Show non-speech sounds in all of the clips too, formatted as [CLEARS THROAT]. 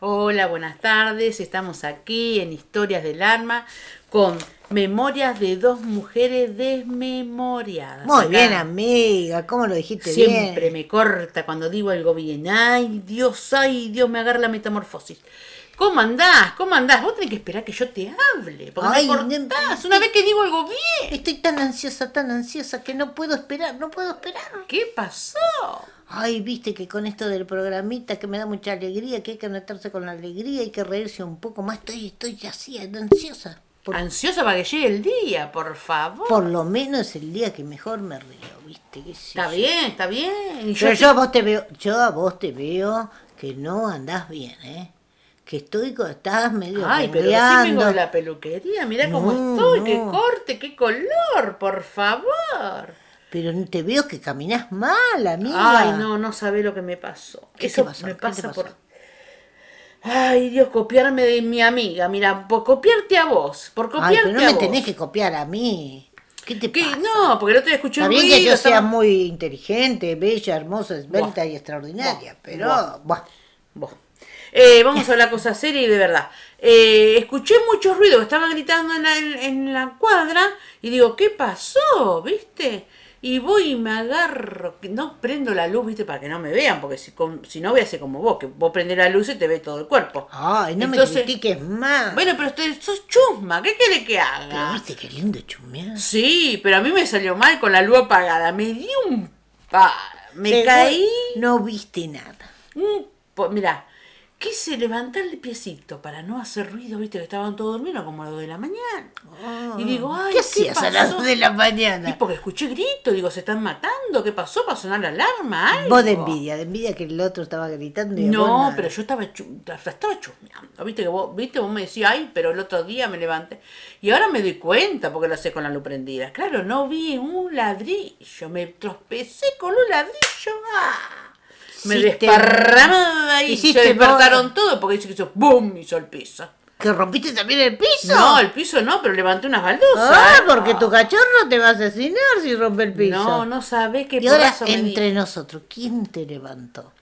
Hola, buenas tardes. Estamos aquí en Historias del Alma con Memorias de dos mujeres desmemoriadas. Muy Acá bien, amiga, ¿cómo lo dijiste Siempre bien? me corta cuando digo algo bien. Ay, Dios, ay, Dios, me agarra la metamorfosis. ¿Cómo andás? ¿Cómo andás? Vos tenés que esperar que yo te hable. Porque Ay, me cortás no- una vez que digo algo bien. Estoy tan ansiosa, tan ansiosa que no puedo esperar, no puedo esperar. ¿Qué pasó? Ay, viste que con esto del programita que me da mucha alegría, que hay que conectarse con la alegría, hay que reírse un poco más. Estoy, estoy así, ansiosa. Por, Ansiosa para que llegue el día, por favor. por lo menos el día que mejor me río, viste. qué sé Está yo. bien, está bien. Y yo- Pero yo a vos te veo, yo a vos te veo que no andás bien, ¿eh? Que estoy, co- estás medio Ay, pero recién vengo rengueando. de la peluquería. Mirá cómo No, estoy. Qué no. corte, qué color, por favor. Pero te veo que caminás mal, amiga. Ay, no, no sabe lo que me pasó. ¿Qué te Eso pasó? me ¿Qué pasa te pasó? por. Ay, Dios, copiarme de mi amiga. Mira, por copiarte a vos. Por Ay, copiarte pero no a me vos. tenés que copiar a mí. ¿Qué te ¿Qué? pasa? No, porque no te escuché Está un bien que ruido, yo sea estaba- muy inteligente, bella, hermosa, esbelta y extraordinaria, Buah. pero... Buah. buah. Vos. Eh, vamos a hablar cosas serias y de verdad. Eh, escuché muchos ruidos, estaban gritando en la, en, en la cuadra y digo, ¿qué pasó? ¿Viste? Y voy y me agarro, que no prendo la luz, ¿viste? Para que no me vean, porque si, con- si no voy a hacer como vos, que vos prendés la luz y te ve todo el cuerpo. Ay, no me Entonces- critiques más. Bueno, pero usted, sos chusma, ¿qué quiere que Pero haga? viste qué lindo chumear. Sí, pero a mí me salió mal con la luz apagada, me di un... pa- me Según- caí... No viste nada. Un po- mirá, quise levantar el piecito para no hacer ruido, viste que estaban todos durmiendo como a las dos de la mañana. y digo, ay, Ah. ¿Qué hacías a las pasó? dos de la Y mañana? porque escuché grito, digo, se están matando, ¿qué pasó? ¿Pasó sonar la alarma? ¿Algo? Vos de envidia, de envidia que el otro estaba gritando y a vos No, nada. pero yo estaba, chu- estaba chusmeando, viste que vos, viste, vos me decías, ay, pero el otro día me levanté. Y ahora me doy cuenta porque lo sé con la luz prendida. Claro, no vi un ladrillo, me tropecé con un ladrillo. ¡ah! Me Hiciste- desparramaba y se hiciste despertaron todos porque dice que hizo ¡bum! hizo el piso. ¿Que rompiste también el piso? No, el piso no, pero levanté unas baldosas. Ah, ¿eh? porque tu cachorro te va a asesinar si rompe el piso. No, no sabés qué Y ahora, porrazo me di. entre nosotros, ¿quién te levantó?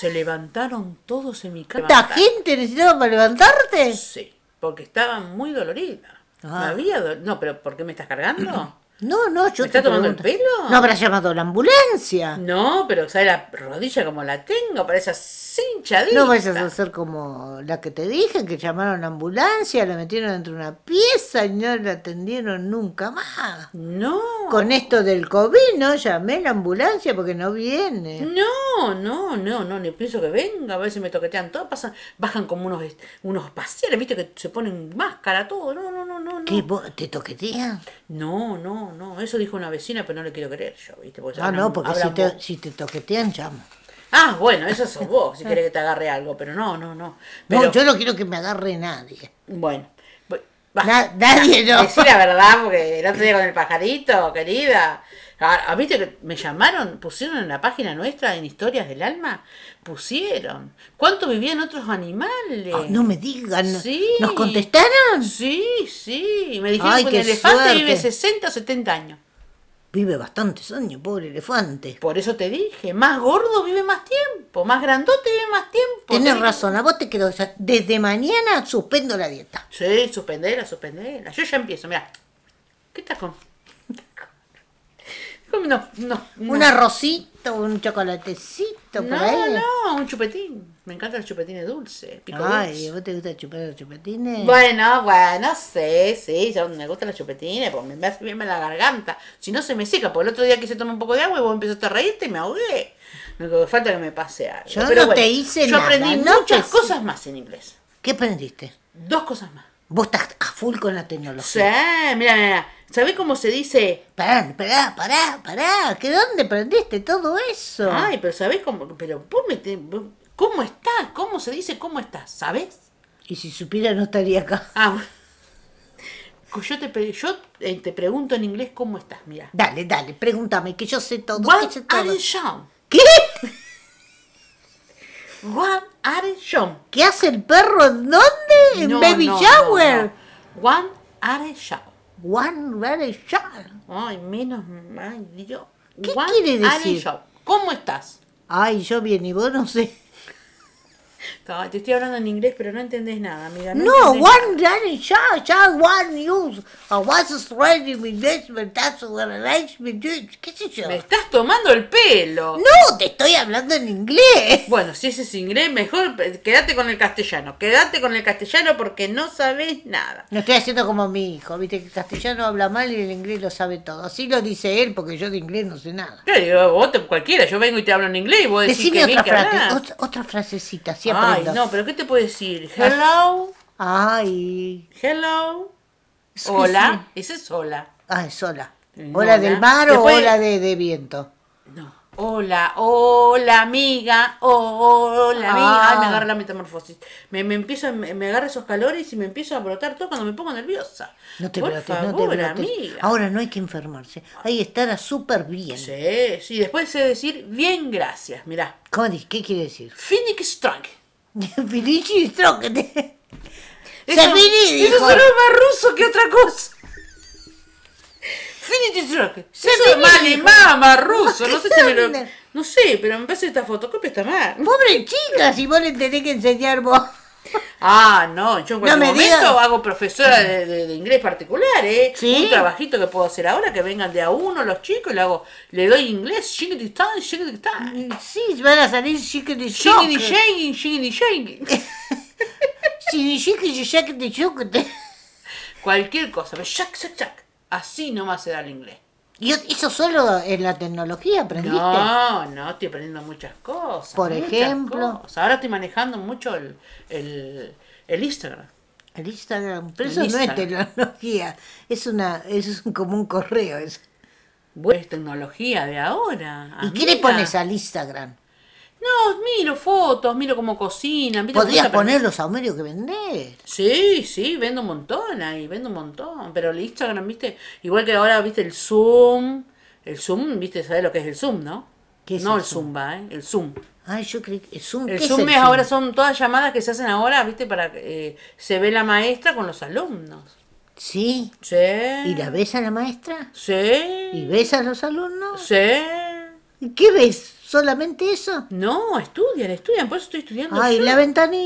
Se levantaron todos en mi casa. ¿Tanta gente necesitaba para levantarte? Sí, porque estaban muy doloridas. Ah. Me había do- No, pero ¿por qué me estás [CLEARS THROAT] cargando? No, no, yo ¿Me está te tomando el pregunto. pelo? ¿No habrás llamado a la ambulancia? no, pero ¿sabes la rodilla como la tengo? Para esa cinchadita. No vayas a hacer como la que te dije, que llamaron a la ambulancia, la metieron dentro de una pieza y no la atendieron nunca más. No. Con esto del COVID, no llamé a la ambulancia porque no viene. No, no, no, no, ni pienso que venga, a veces me toquetean todo, pasan, bajan como unos unos espaciales, viste que se ponen máscara, todo, no, no, no, no, no. ¿Qué? vos- ¿Te toquetean? No, no, no, eso dijo una vecina, pero no le quiero creer yo, viste, porque Ah, hablan- no, porque si hablan te, vos. si te toquetean, llamo. Ah, bueno, eso sos vos, si querés que te agarre algo, pero no, no, no. Pero, No, yo no quiero que me agarre nadie. bueno, bu- Na- nadie, no. Decí la verdad, porque el otro día con el pajarito, querida. A, a- viste que me llamaron, pusieron en la página nuestra, en Historias del Alma, pusieron. ¿Cuánto vivían otros animales? Ah, no me digan. Eh, Sí. ¿Nos contestaron? Sí, sí. Y me dijeron Ay, que el qué elefante vive suerte. 60 o 70 años. Vive bastantes años, pobre elefante. Por eso te dije, más gordo vive más tiempo, más grandote vive más tiempo. Tienes Te- razón, a vos te quedo. Desde mañana suspendo la dieta. Sí, suspendela, suspendela. Yo ya empiezo, mira. ¿Qué estás con? [LAUGHS] Come unos- unos- unos- Un arrocito, un chocolatecito por ahí. No, no, un chupetín. Me encantan los chupetines dulces. Pico Ay, ¿a dulce. vos te gusta chupar los chupetines? Bueno, bueno, sí, sí, yo me gustan los chupetines, porque me hace bien la garganta. Si no se me seca, porque el otro día quise tomar un poco de agua y vos empezaste a reírte y me ahogué. Lo que falta es que me pase algo. Yo Pero no bueno, te hice Yo nada, aprendí no te muchas hice- cosas más en inglés. ¿Qué aprendiste? Dos cosas más. Vos estás a full con la Sí, tecnología. mira, mira. ¿Sabés cómo se dice Pará, pará, pará, pará. ¿Que dónde aprendiste todo eso? Ay, pero ¿sabés cómo? Pero vos me te- vos- ¿Cómo estás? ¿Cómo se dice cómo estás? ¿Sabés? Y si supiera no estaría acá. Ah, bueno. yo te, pre- yo eh, te pregunto en inglés cómo estás, mira. Dale, dale, pregúntame, que yo sé todo. que What sé todo. are you? ¿Qué? What are you? ¿Qué hace el perro? ¿En dónde? ¿En No, Baby no, no, Shower? no. What are you? One Baby Shower. Ay, menos mal, Dios. ¿Qué What quiere are decir? you? ¿Cómo estás? Ay, yo bien, y vos no sé. No, te estoy hablando en inglés, pero no entendés nada, amiga. No, No, entendés one daddy shot, I one use. I was ready with this, but that's what I with this. ¿Qué sé yo? Me estás tomando el pelo. No, te estoy hablando en inglés. Bueno, si ese es inglés, mejor eh, quédate con el castellano. Quédate con el castellano porque no sabés nada. No estoy haciendo como mi hijo, viste que el castellano habla mal y el inglés lo sabe todo. Así lo dice él, porque yo de inglés no sé nada. Yo digo, vos te- cualquiera, yo vengo y te hablo en inglés y vos decís Decime que bien otra que frase, hablás. ot- otra frasecita, así Ay, aprendo. no, pero ¿qué te puedo decir? Hello, Ay, hello, es que hola. sí. Ese es hola. Ah, es hola. No, ¿Hola hola. del mar Después- o hola de, de viento? No. Hola, hola amiga, Oh, hola amiga. Ay, me Ah. agarra la metamorfosis. Me, me empiezo, me, me agarra esos calores y me empiezo a brotar todo cuando me pongo nerviosa. No te Por brotes, favor, no te brotes. amiga. Ahora no hay que enfermarse. Hay que estar a súper bien. Sí, sí, después sé decir bien gracias, mirá. ¿Cómo dice? ¿Qué quiere decir? Phoenix Strong. [LAUGHS] Finichi Stroke. Eso- Servini, dijo. Eso sonó más ruso que otra cosa. Phoenix Strong. Eso es Servini, mal y dijo. más, más ruso. No sé si me lo... Sandler. No sé, pero me parece que esta fotocopia está mal. Pobre chica, si vos le tenés que enseñar vos. Ah, no, yo en cualquier me momento digas. hago profesora de, de- de inglés particular, ¿eh? Sí. Un trabajito que puedo hacer ahora, que vengan de a uno los chicos y le hago, le doy inglés, shingity time, shingity time. Sí, van a salir chicken y Shingity choque. shanging, shingity shanging. [LAUGHS] Chicken y choque de choque. Cualquier cosa, pero shack, shack, shack. Así nomás se da el inglés. ¿Y eso solo en la tecnología aprendiste? No, no, estoy aprendiendo muchas cosas. Por muchas ejemplo. cosas. Ahora estoy manejando mucho el, el, el Instagram. El Instagram. Pero El eso no es Instagram. tecnología. Es una, es un- como un correo. eso. Bueno, es tecnología de ahora. ¿Y qué le amiga. pones al Instagram? No, miro fotos, miro cómo cocinan. ¿viste? Podrías Me gusta aprender- poner los aumerios que vendés. Sí, sí, vendo un montón ahí, vendo un montón. Pero el Instagram, viste, igual que ahora, viste, el Zoom. El Zoom, viste, sabes lo que es el Zoom, ¿no? ¿Qué es no el el Zoom? Zumba, ¿eh? El Zoom. Ay, yo creí que Zoom. El ¿qué es Zoom es Zoom? ahora son todas llamadas que se hacen ahora, viste, para que eh, se ve la maestra con los alumnos. Sí. Sí. ¿Y la ves a la maestra? ¿Y Sí. ves a los alumnos? Sí. ¿Y ¿Qué ves? ¿Solamente eso? No, estudian, estudian, por eso estoy estudiando. Ay, yo. la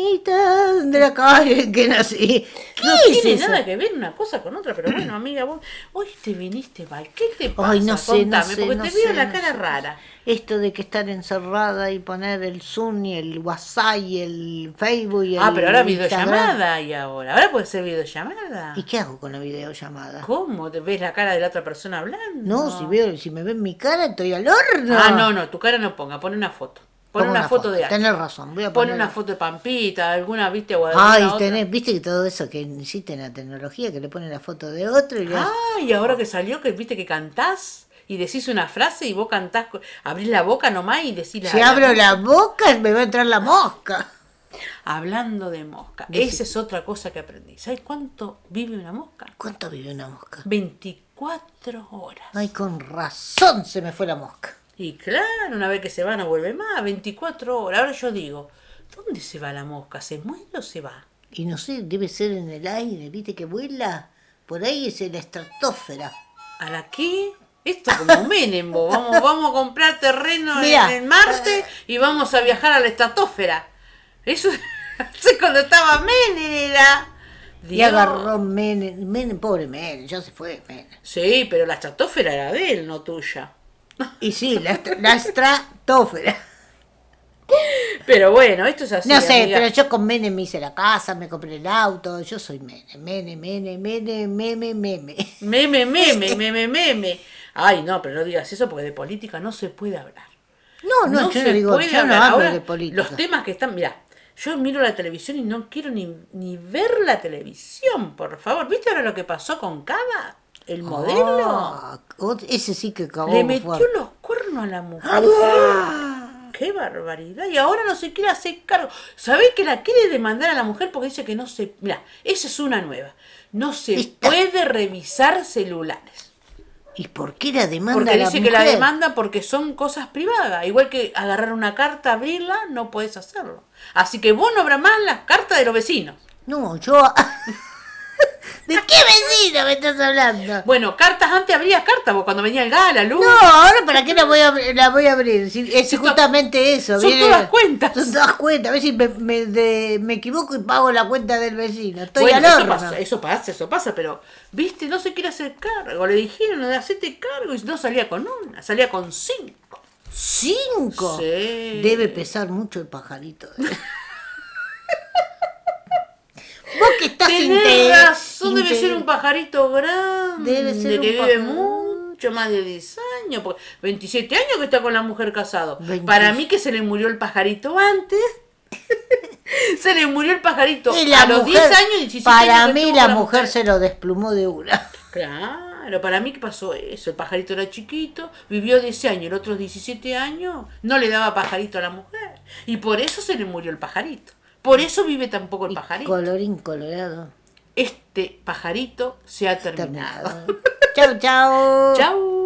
ventanita de la calle en que nací. ¿Qué No es tiene eso? nada que ver una cosa con otra, pero bueno, amiga, vos hoy te viniste mal. ¿Qué te pasa? Ay, no sé, no Contame, sé, porque no te veo sé, la no cara sé. rara. Esto de que estar encerrada y poner el Zoom y el WhatsApp y el Facebook y el Ah, pero ahora Instagram. videollamada y ahora. Ahora puede ser videollamada. ¿Y qué hago con la videollamada? ¿Cómo? ¿Te ves la cara de la otra persona hablando? No, si veo, si me ven mi cara estoy al horno. Ah, no, no, tu cara no ponga, pon una foto. Pon Pongo una, foto, de alguien. Tenés razón, voy a Pon poner una foto de Pampita, alguna, viste, o alguna Ay, otra. tenés, viste que todo eso que existe en la tecnología, que le ponen la foto de otro y le hacen- Ah, y ahora que salió, que viste que cantás y decís una frase y vos cantás, co- abrís la boca nomás y decís la. si abro la boca me va a entrar la mosca. Hablando de mosca. Esa es otra cosa que aprendí. ¿Sabes cuánto vive una mosca? ¿Cuánto vive una mosca? 24 horas. Ay, con razón se me fue la mosca. Y claro, una vez que se va no vuelve más, 24 horas. Ahora yo digo, ¿dónde se va la mosca? ¿Se muere o se va? Y no sé, debe ser en el aire, viste que vuela. Por ahí es en la estratosfera. ¿A la qué? Esto es como Menem, [LAUGHS] vos. vamos, vamos a comprar terreno en- Mirá. en Marte y vamos a viajar a la estratosfera. Eso es [LAUGHS] cuando estaba Menem era. Y Dios. agarró Menem, Menem, pobre Menem, ya se fue Menem. Sí, pero la estratosfera era de él, no tuya. Y sí, la, est- la estratosfera. Pero bueno, esto es así. No sé, amiga. pero yo con Menem me hice la casa, me compré el auto, yo soy Menem, Menem, Menem, Menem, meme, meme. Meme, meme, meme, meme. Ay, no, pero no digas eso porque de política no se puede hablar. No, no, yo no se digo, puede yo no hablar. hablo Ahora, de política. Los temas que están, mira, yo miro la televisión y no quiero ni, ni ver la televisión, por favor. ¿Viste ahora lo que pasó con Cava? El modelo. Ah, ot- ese sí que acabó Le metió fuerte. los cuernos a la mujer. Ah, ¡Qué barbaridad! Y ahora no se quiere hacer cargo. ¿Sabés que la quiere demandar a la mujer porque dice que no se... Mira, esa es una nueva. No se Está. puede revisar celulares. ¿Y por qué la demanda Porque a dice la que la mujer? demanda porque son cosas privadas. Igual que agarrar una carta, abrirla, no podés hacerlo. Así que vos no abrás más las cartas de los vecinos. No, yo... [LAUGHS] ¿De qué vecino me estás hablando? Bueno, cartas, antes abrías cartas vos cuando venía el gas, la luz. No, ahora para qué la voy a, la voy a abrir. Si es Son to- justamente eso. son viene- todas cuentas. Son todas cuentas. A ver si me, me- de- me equivoco y pago la cuenta del vecino. Estoy Bueno, al eso horno. pasa, eso pasa, eso pasa, pero, viste, no se quiere hacer cargo. Le dijeron, hacete cargo y no salía con una, salía con cinco. ¿Cinco? Sí. Debe pesar mucho el pajarito. ¿eh? [LAUGHS] Vos que estás Tenés inte- razón, debe inte- ser un pajarito grande. Debe ser un que vive pajarito. mucho, más de 10 años. Porque 27 años que está con la mujer casado. 20. Para mí que se le murió el pajarito antes. [LAUGHS] se le murió el pajarito Y la a los mujer- 10 años. 17 Para años que mí estuvo la con mujer se lo desplumó de una. Claro, para mí que pasó eso. El pajarito era chiquito, vivió 10 años, el otro 17 años, no le daba pajarito a la mujer. Y por eso se le murió el pajarito. Por eso vive tampoco el pajarito. Colorín colorado. Este pajarito se ha terminado. Terminado. [LAUGHS] chau, chau. Chau.